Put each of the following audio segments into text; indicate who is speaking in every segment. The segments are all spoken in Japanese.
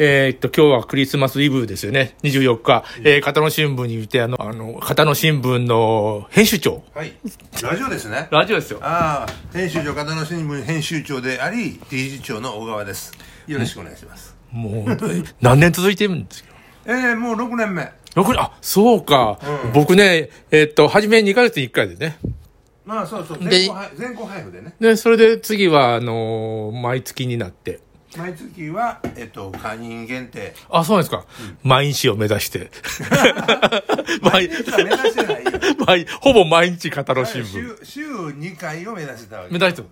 Speaker 1: えーっと、今日はクリスマスイブですよね。24日。えー、片野新聞に言って、あの、あの、片野新聞の編集長。
Speaker 2: はい。ラジオですね。
Speaker 1: ラジオですよ。
Speaker 2: ああ、編集長、片野新聞編集長であり、理事長の小川です。よろしくお願いします。
Speaker 1: もう、何年続いてるんですか
Speaker 2: ええもう6年目。
Speaker 1: 六年あ、そうか。僕ね、えーっと、初め2ヶ月に1回でね。
Speaker 2: まあそうそう、
Speaker 1: で
Speaker 2: 全校配全校配布でね。
Speaker 1: で、それで次は、あのー毎月になって。
Speaker 2: 毎月は、えっと、会員限定。
Speaker 1: あ、そうなんですか。毎日を目指 して。毎
Speaker 2: 目指してないよ。
Speaker 1: 毎ほぼ毎日片野新聞。
Speaker 2: 週週2回を目指してたわ
Speaker 1: 目
Speaker 2: け。
Speaker 1: 指して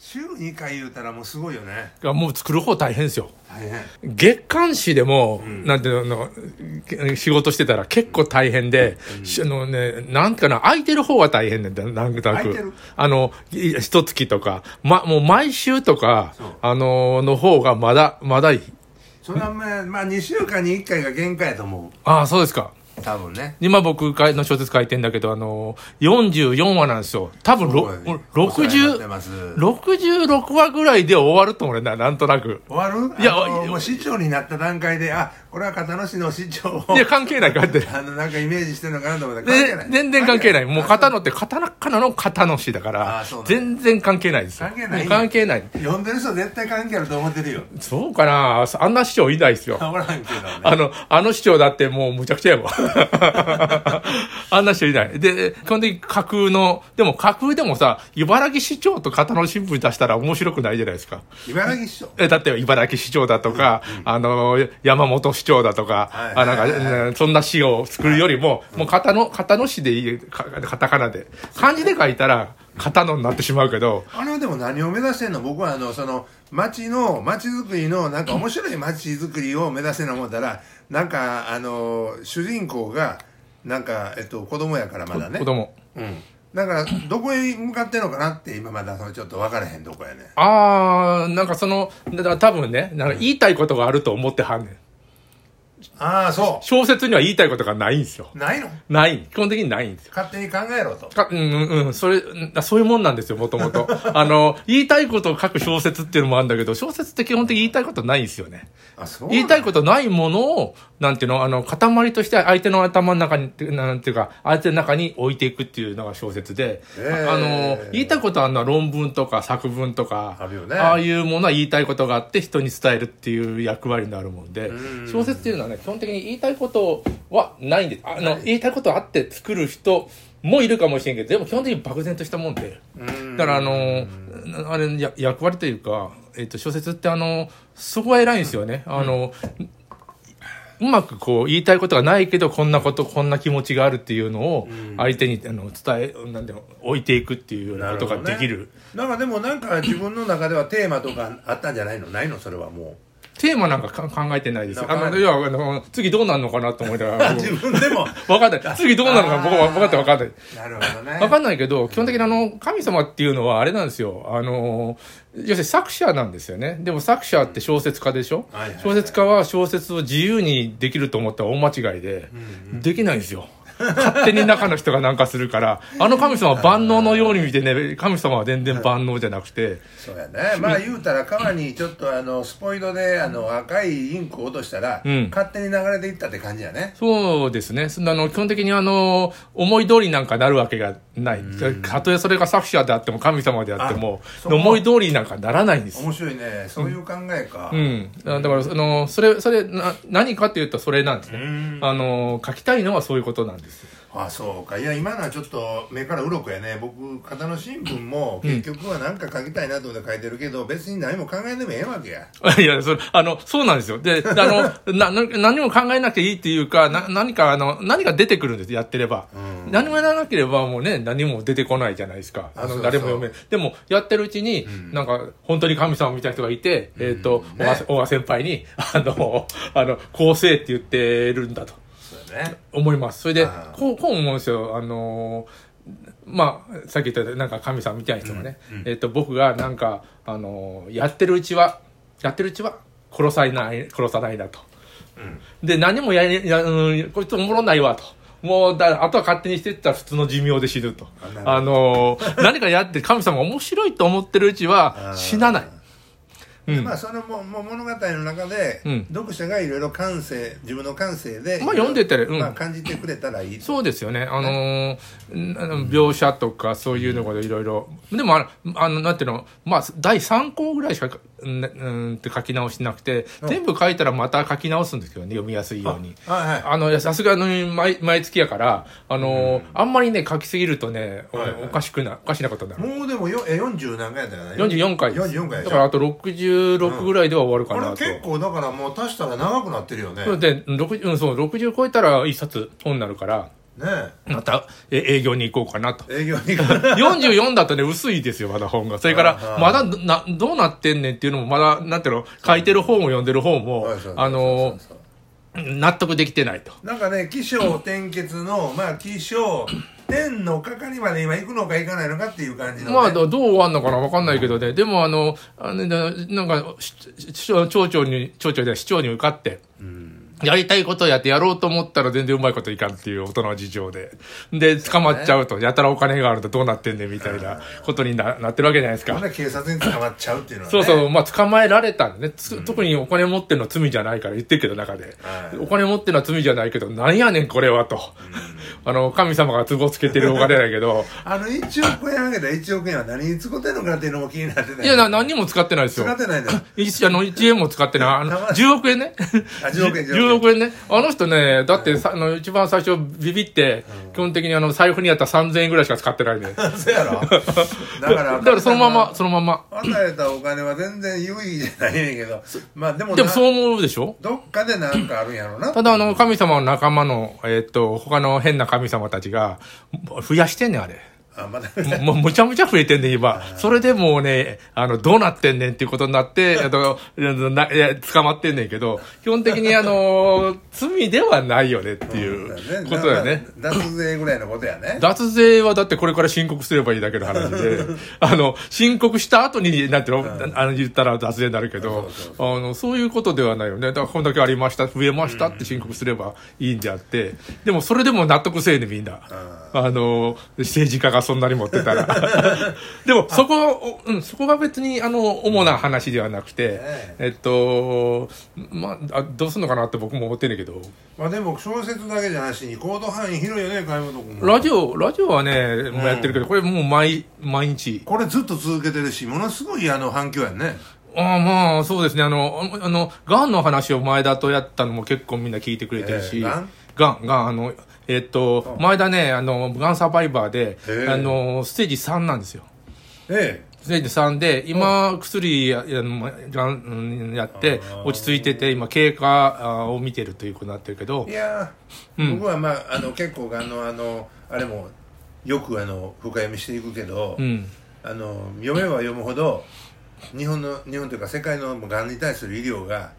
Speaker 2: 週2回言うたらもうすごいよね。
Speaker 1: がもう作る方大変ですよ。
Speaker 2: 大変。
Speaker 1: 月刊誌でも、なんていうの、け仕事してたら結構大変で、しあのね、なんかな、空いてる方が大変ねんだよ、なんとな
Speaker 2: 空いて
Speaker 1: く
Speaker 2: る。
Speaker 1: あの、い一月とか、ま、もう毎週とか
Speaker 2: そう、
Speaker 1: あの、の方がまだ、まだいい。
Speaker 2: それはまあ、まあ2週間に1回が限界やと思
Speaker 1: ああ、そうですか。
Speaker 2: う。多分ね。
Speaker 1: 今僕かいの小説書いてんだけど、あの、44話なんですよ。多分ろ、
Speaker 2: お世話になって
Speaker 1: 60、
Speaker 2: ます
Speaker 1: 66話ぐらいで終わると思うねんな、なんとなく。
Speaker 2: 終わる
Speaker 1: いや
Speaker 2: あの
Speaker 1: いや
Speaker 2: もう市長になった段階で、あ、これは片野市の市長を、
Speaker 1: いや、関係ない、関係ない。
Speaker 2: あの、なんかイメージしてるのかなと思ったら、関係
Speaker 1: で
Speaker 2: ない
Speaker 1: 全然関係ない。もう
Speaker 2: あ
Speaker 1: 片野って刀からの片野氏だか
Speaker 2: あ
Speaker 1: ら
Speaker 2: そうな、んだ
Speaker 1: 全然関係ないですよ。
Speaker 2: 関係ない
Speaker 1: もう関係ない。
Speaker 2: 呼んでる人絶対関係あると思ってるよ。
Speaker 1: そうかなあんな市長いないですよ。
Speaker 2: おらんけどね。
Speaker 1: あの、あの市長だってもうむちゃくちゃやもん。 あんな人いない。で、基本的に架空の、でも架空でもさ、茨城市長と片野新聞出したら面白くないじゃないですか。
Speaker 2: 茨城市長。
Speaker 1: え、だって茨城市長だとか、あの、山本市長だとか、
Speaker 2: はい
Speaker 1: あなんか、
Speaker 2: はいはい
Speaker 1: うんそんな市を作るよりも、もう片野、片野市でいい、かカタカナで。漢字で書いたら、片野になってしまうけど、
Speaker 2: あれはでも何を目指してんの僕はあの、その、町の、町づくりの、なんか面白い町づくりを目指せな思ったら、なんか、あの、主人公が、なんか、えっと、子供やからまだね
Speaker 1: 子。供。
Speaker 2: うん。だから、どこへ向かってんのかなって、今まだそのちょっと分からへんとこやね。
Speaker 1: あー、なんかその、だから多分ね、なんか言いたいことがあると思ってはんねん。
Speaker 2: ああ、そ
Speaker 1: 小説には言いたいことがないんですよ。
Speaker 2: う。ないの
Speaker 1: ない。基本的にないんですよ。
Speaker 2: 勝手に考えろと。
Speaker 1: かうんうんうん、それ、うんそういうもんなんですよ、もともと。あの、言いたいことを書く小説っていうのもあるんだけど、小説って基本的に言いたいことないんですよね。
Speaker 2: あ、そう
Speaker 1: 言いたいことないものを、なんていうの、あの、塊として相手の頭の中に、なんていうか、相手の中に置いていくっていうのが小説で、
Speaker 2: ええ
Speaker 1: あの、言いたいことはあの論文とか作文とか、
Speaker 2: あるよね
Speaker 1: ああいうものは言いたいことがあって人に伝えるっていう役割になるもんで、小説っていうのはね、基本的に言いたいことはないんです。あの、言いたいことあって作る人もいるかもしれんけど、でも基本的に漠然としたもんで。
Speaker 2: うん
Speaker 1: だからあのあれや役割というか、えっと小説ってあのそこが偉いんですよね、あのうまくこう言いたいことがないけどこんなことこんな気持ちがあるっていうのを相手にあの伝えなんで置いていくっていうようなことができる
Speaker 2: なほどねなんかでもなんか自分の中ではテーマとかあったんじゃないのないのそれはも
Speaker 1: テーマなんかか考えてないですよ
Speaker 2: な
Speaker 1: あ
Speaker 2: んか
Speaker 1: のいやあの次どうなるのかなと思いながら
Speaker 2: う 自分でも
Speaker 1: 分かんない次どうなるのか僕は分かって分かんない
Speaker 2: なるほどね
Speaker 1: わかんないけど、基本的にあの、神様っていうのはあれなんですよ。あの、要するに作者なんですよね。でも作者って小説家でしょ、
Speaker 2: はいはいはい
Speaker 1: 小説家は小説を自由にできると思ったら大間違いで、できないんですよ。勝手に中の人がなんかするから、あの神様は万能のように見てね、神様は全然万能じゃなくて、
Speaker 2: そうやねまあ言うたら川にちょっとあのスポイドであの赤いインクを落としたら、
Speaker 1: ん
Speaker 2: 勝手に流れていったって感じやね
Speaker 1: そうですね。そんなあの基本的にあの、思い通りなんかなるわけがない。たとえそれが作者であっても神様であっても
Speaker 2: あ、そう
Speaker 1: 思い通りなんかならないんですよ
Speaker 2: 面白いねそういう考えか、
Speaker 1: うん、だからそのそれそれな何かっていうとそれなんですねあの書きたいのはそういうことなんです
Speaker 2: あそうかいや今のはちょっと目から鱗やね僕片野新聞も結局は何か書きたいなと思って書いてるけど、別に何も考えんでもええわけや
Speaker 1: いやそれあのそうなんですよであ のなな何も考えなくていいっていうかな何かあの何か出てくるんですやってれば、何もやらなければもうね何も出てこないじゃないですかあ
Speaker 2: そう
Speaker 1: の
Speaker 2: そう
Speaker 1: 誰も読めでもやってるうちに、なんか本当に神様みたいな人がいて、えっ、と小
Speaker 2: ね
Speaker 1: 川小川先輩にあのあの構成って言ってるんだと。
Speaker 2: そうやね
Speaker 1: 思います。それで
Speaker 2: あ、ー
Speaker 1: こう、こう思うんですよ。あのーまあ、さっき言ったなんか神さんみたいな人がね、えっ、と、僕がなんか、あのーやってるうちは、やってるうちは、殺さない、殺さないなと。で、何もやり、やうん、こいつおもろないわと。もうだ、あとは勝手にしてったら普通の寿命で死ぬと
Speaker 2: あなるほ。ど
Speaker 1: あのー何かやって神様が面白いと思ってるうちは、死なない。
Speaker 2: でまあそのもも物語の中で、
Speaker 1: うん
Speaker 2: 読者がいろいろ感性自分の感性で、
Speaker 1: まあ読んでたらうん
Speaker 2: まあ、感じてくれたらいい
Speaker 1: そうですよね。あのーんあの描写とかそういうのがいろいろ。でもあの、あの、なんていうの、まあ、第3項ぐらいしか、うんうんって書き直しなくて、全部書いたらまた書き直すんですけどね、読みやすいように。
Speaker 2: はいはい
Speaker 1: あの、いやさすがの毎毎月やから、あのーあんまりね、書きすぎるとね、お
Speaker 2: はいはい
Speaker 1: おかしくな、おかしなことになる。
Speaker 2: もうでもよえ40何回やったかな
Speaker 1: 44回です。
Speaker 2: 44回
Speaker 1: だ
Speaker 2: でし
Speaker 1: から
Speaker 2: ょ
Speaker 1: あと66ぐらいでは終わる
Speaker 2: こ
Speaker 1: か
Speaker 2: れ
Speaker 1: なと。
Speaker 2: 結構だからもう足したら長くなってるよね
Speaker 1: そう
Speaker 2: ね
Speaker 1: で、60、うん、そう、60超えたら一冊本になるから、またえ営業に行こうかなと。
Speaker 2: え営業に行か ない
Speaker 1: 44だとね、薄いですよ、まだ本が。それか
Speaker 2: はいは
Speaker 1: ら、
Speaker 2: い
Speaker 1: まだな、どうなってんねんっていうのも、まだ、なんていうの、書いてる方も読んでる方も
Speaker 2: はいそうそうそう、
Speaker 1: あの、
Speaker 2: そう
Speaker 1: 納得できてないと。
Speaker 2: なんかね起承転結のまあ起承天のかかりまで今行くのか行かないのかっていう感じの、ね、
Speaker 1: まあ、どどう終わんのかなわかんないけどね。でも、あの、あのななんか、しし町長に、町長で市長に受かって、やりたいことをやってやろうと思ったら全然うまいこといかんっていう大人の事情で。で、捕まっちゃうと、やたらお金があるとどうなってんねんみたいなことにななってるわけじゃないですか
Speaker 2: ほん。で警察に捕まっちゃうっていうのは、ね、
Speaker 1: そうそう、まあ捕まえられたんでね、つ特にお金持ってるのは罪じゃないから言ってるけど中で
Speaker 2: は、い
Speaker 1: お金持ってるのは罪じゃないけど、なんやねんこれはと。あの、神様が壺つけてるお金だけ ど、
Speaker 2: あの1億円あげた1億円は何に使ってんのかっていうのも気になってた
Speaker 1: いや、な何にも使ってないですよ。
Speaker 2: 使ってないんだよ
Speaker 1: 一あの、1円も使ってない。あの、
Speaker 2: たまに
Speaker 1: 10億円ね。
Speaker 2: あ10億円
Speaker 1: 10億円ね。あの人ね、だってさ、あの、一番最初ビビって、基本的にあの、財布にあった3000円ぐらいしか使ってないね。だ
Speaker 2: そうやろだ から
Speaker 1: からそのまま、そのまま。
Speaker 2: 与えたお金は全然有意義じゃないねんけどまあでもな
Speaker 1: でもそう思うでしょ
Speaker 2: どっかでなんかあるんやろな
Speaker 1: ただあの神様の仲間の、えーっと、他の変な神様たちが、も増やしてんねん、あれ。
Speaker 2: あまだ
Speaker 1: もうむちゃむちゃ増えてんねん、今。それでもうね、あの、どうなってんねんっていうことにな って、あと、なえ捕まってんねんけど、基本的にあの、罪ではないよねっていうことだよね。
Speaker 2: なんか脱税ぐらいのことやね
Speaker 1: 脱税はだってこれから申告すればいいだけの話 で、あの、申告した後に、なんていうの、あの、言ったら脱税になるけど、あの、そういうことではないよね。だからこんだけありました、増えましたって申告すればいいんであって、でもそれでも納得せえね、みんな。あの、政治家がそんなに持ってた ら。でも、そこ、うん、そこが別に、あの、主な話ではなくて、えっと、まあ、あどうすんのかなって僕も思ってんねんけど、
Speaker 2: まあでも小説だけじゃなしに行動範囲広いよね買い物君も
Speaker 1: ラジオ、ラジオはね、もうやってるけど、これもう毎、毎日。
Speaker 2: これずっと続けてるしものすごいあの反響やんね
Speaker 1: ああ、まあ、そうですね。あの、あのあの、ガンの話を前田とやったのも結構みんな聞いてくれてるし、
Speaker 2: えーガン
Speaker 1: ガン、ガン、あの、えーっと、前田ね、あの、ガンサバイバーで、
Speaker 2: へー
Speaker 1: あの、ステージ3なんですよ。
Speaker 2: ええ
Speaker 1: ステージ3で、今、薬ややまガンうんやって、落ち着いてて、今、経過あを見てるということになってるけど
Speaker 2: い、やー、僕はまああの結構あのあのあれもよくあの深読みしていくけど、
Speaker 1: うん。
Speaker 2: あの読めば読むほど日本の日本というか世界のがんに対する医療が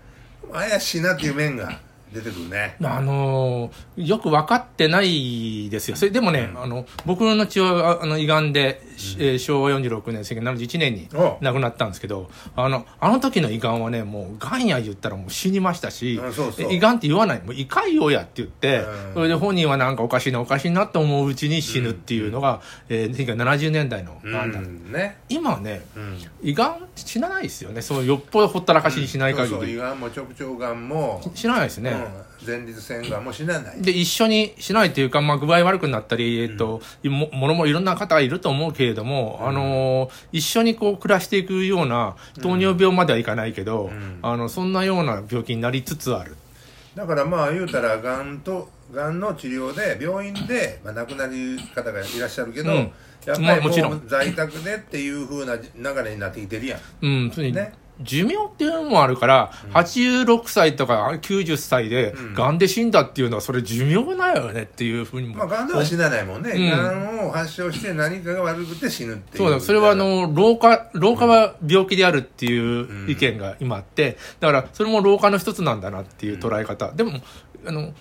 Speaker 2: 怪しいなっていう面が出てくるね
Speaker 1: あのーよく分かってないですよ。それでもね、あの、僕の父親は、あの、胃がんで、しえー昭和46年、1971年に
Speaker 2: お
Speaker 1: 亡くなったんですけど、あの、あの時の胃がんはね、もう、がんや言ったらもう死にましたし
Speaker 2: うんそう、そう
Speaker 1: 胃がんって言わない。もう、胃潰瘍やって言って
Speaker 2: う、ん
Speaker 1: それで本人はなんかおかしいな、おかしいなと思ううちに死ぬっていうのが、えー、1970年代の
Speaker 2: う
Speaker 1: がんだ。
Speaker 2: んね
Speaker 1: 今はね、
Speaker 2: うん
Speaker 1: 胃がん死なないですよね。そう、よっぽどほったらかしにしない
Speaker 2: そう
Speaker 1: 限
Speaker 2: そう胃
Speaker 1: り。
Speaker 2: がんも直腸がんも、
Speaker 1: 死なないですね。
Speaker 2: うん、前立腺がんも死なない
Speaker 1: で、一緒にしないというか、まあ、具合悪くなったり、えっと、もものもいろんな方がいると思うけれども、あのー、一緒にこう暮らしていくような、糖尿病まではいかないけど、
Speaker 2: ん
Speaker 1: あの、そんなような病気になりつつある。
Speaker 2: だからまあ言うたらがんとがんの治療で病院で、まあ、亡くなる方がいらっしゃるけ
Speaker 1: う
Speaker 2: ど、
Speaker 1: ん
Speaker 2: やっ
Speaker 1: ま
Speaker 2: ぱ
Speaker 1: あ
Speaker 2: り
Speaker 1: もちろ
Speaker 2: も
Speaker 1: ん
Speaker 2: う在宅でっていうふうな流れになってきてるやん
Speaker 1: うん、それに
Speaker 2: ね
Speaker 1: 寿命っていうのもあるから、86歳とか90歳で、癌で死んだっていうのは、それ寿命ないよねっていうふうにも。
Speaker 2: まあ、がんでは死なないもんね、
Speaker 1: ん
Speaker 2: がんを発症して何かが悪くて死ぬっていう
Speaker 1: そうだ、それはあの、老化、老化は病気であるっていう意見が今あって、だから、それも老化の一つなんだなっていう捉え方。でも、あの、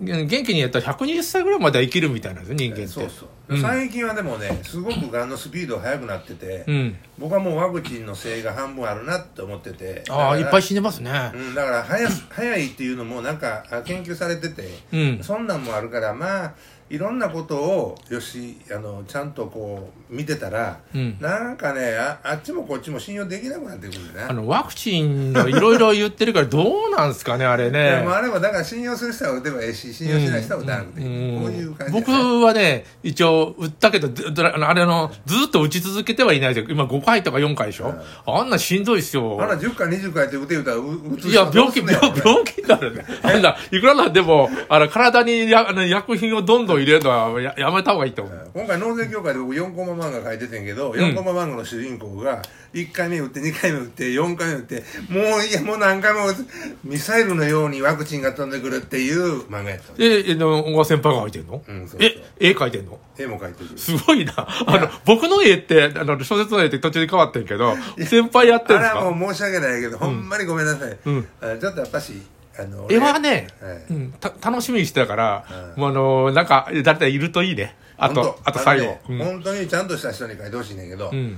Speaker 1: 元気にやったら120歳ぐらいまでは生きるみたいなんですよ、人間って。
Speaker 2: そうそう、最近はでもねすごくがんのスピードが速くなってて、
Speaker 1: うん。
Speaker 2: 僕はもうワクチンのせいが半分あるなって思ってて
Speaker 1: ああ、いっぱい
Speaker 2: い
Speaker 1: 死んでますね。
Speaker 2: うん、だから早す早いっていうのもなんかあ研究されてて、
Speaker 1: うん
Speaker 2: そんなんもあるからまあいろんなことをよしあのちゃんとこう見てたら、
Speaker 1: うん
Speaker 2: なんかねああっちもこっちも信用できなくなってくるね
Speaker 1: あのワクチンのいろいろ言ってるからどうなんすかねあれ
Speaker 2: で
Speaker 1: ね
Speaker 2: もあればだから信用する人は打てばええし信用しない人は打たなくていい、こういう感じやね、
Speaker 1: 僕はね一応売ったけどずずらあのあれのずっと打ち続けてはいないですよ今5回とか4回でしょ、あんなしんどいっすよ
Speaker 2: あら10回20回って打て打たらう打つ人
Speaker 1: いや、病気、
Speaker 2: どうすんねん
Speaker 1: 病病気にな るね。あんな、いくらなんでも、あの、体にやあの薬品をどんどん入れるのはややめた方がいいと思う。
Speaker 2: 今回納税協会で僕4コマ漫画書いててんけど、4コマ漫画の主人公が1回目打って2回目打って4回目打ってもういやもう何回も打つミサイルのようにワクチンが飛んでくるっていう漫画やった
Speaker 1: え、えの、小川先輩が描いてんの、
Speaker 2: うんそうそう
Speaker 1: え、絵描いてんの
Speaker 2: 絵も描いてる
Speaker 1: すごいな。あの、僕の絵って、あの、小説の絵って途中で変わってんけど、先輩やって
Speaker 2: あ
Speaker 1: るん
Speaker 2: れ
Speaker 1: です
Speaker 2: は
Speaker 1: か
Speaker 2: もう申し訳ないけど、ほんまにごめんなさい、
Speaker 1: ん
Speaker 2: あちょっとやっぱしあの
Speaker 1: 絵はね、
Speaker 2: はい
Speaker 1: うん、た楽しみにしてたから、もうあの、なんか、誰かいるといいね。あ
Speaker 2: ほん
Speaker 1: と、あと最後。
Speaker 2: あのね本当にちゃんとした人に書いてほしいねんけど、
Speaker 1: ん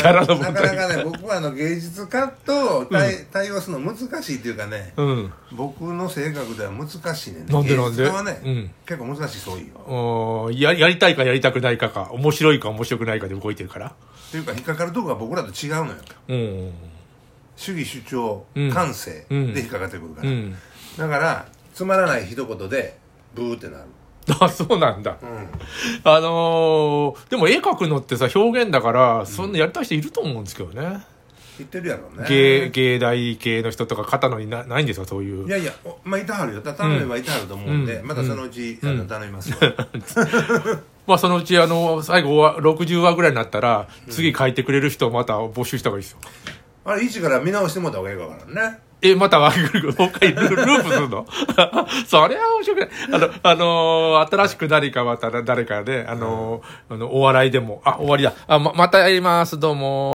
Speaker 1: ギャラの問
Speaker 2: な
Speaker 1: 題
Speaker 2: かなかね僕はあの芸術家と対,、対応するの難しいっていうかね、
Speaker 1: うん。うん。
Speaker 2: 僕の性格では難しいねんね
Speaker 1: なんでなんで
Speaker 2: 芸術家はね、
Speaker 1: うん
Speaker 2: 結構難しいそういうよ
Speaker 1: おーややりたいかやりたくないかか面白いか面白くないかで動いてるから
Speaker 2: っていうか引っかかるとこが僕らと違うのよ
Speaker 1: うん
Speaker 2: 主義主張、
Speaker 1: うん
Speaker 2: 感性で
Speaker 1: うん
Speaker 2: 引っかかってくるか
Speaker 1: う
Speaker 2: ら、
Speaker 1: ん
Speaker 2: だからつまらない一言でブーってなる
Speaker 1: あそうなんだ
Speaker 2: うん
Speaker 1: あのーでも絵描くのってさ表現だからそんなやりたい人いると思うんですけどね、
Speaker 2: 言ってるやろね
Speaker 1: 芸芸大系の人とか肩のになないんですかそうい
Speaker 2: いうやいやおまあいたはるよた頼めばいたはると思うんで、
Speaker 1: うん
Speaker 2: またそのうち、あの頼みますわ
Speaker 1: まあそのうちあの最後は60話ぐらいになったら次描いてくれる人をまた募集した方がいいですよ、
Speaker 2: あれ、一から見直してもらった方がいいかわからんね。
Speaker 1: え、またわぐるぐる、もう一回ルループするの それは面白くない。あの、あのー新しく誰かまた誰かで、あのーあの、お笑いでも、あ、終わりだ。あ、ま、またやります。どうも。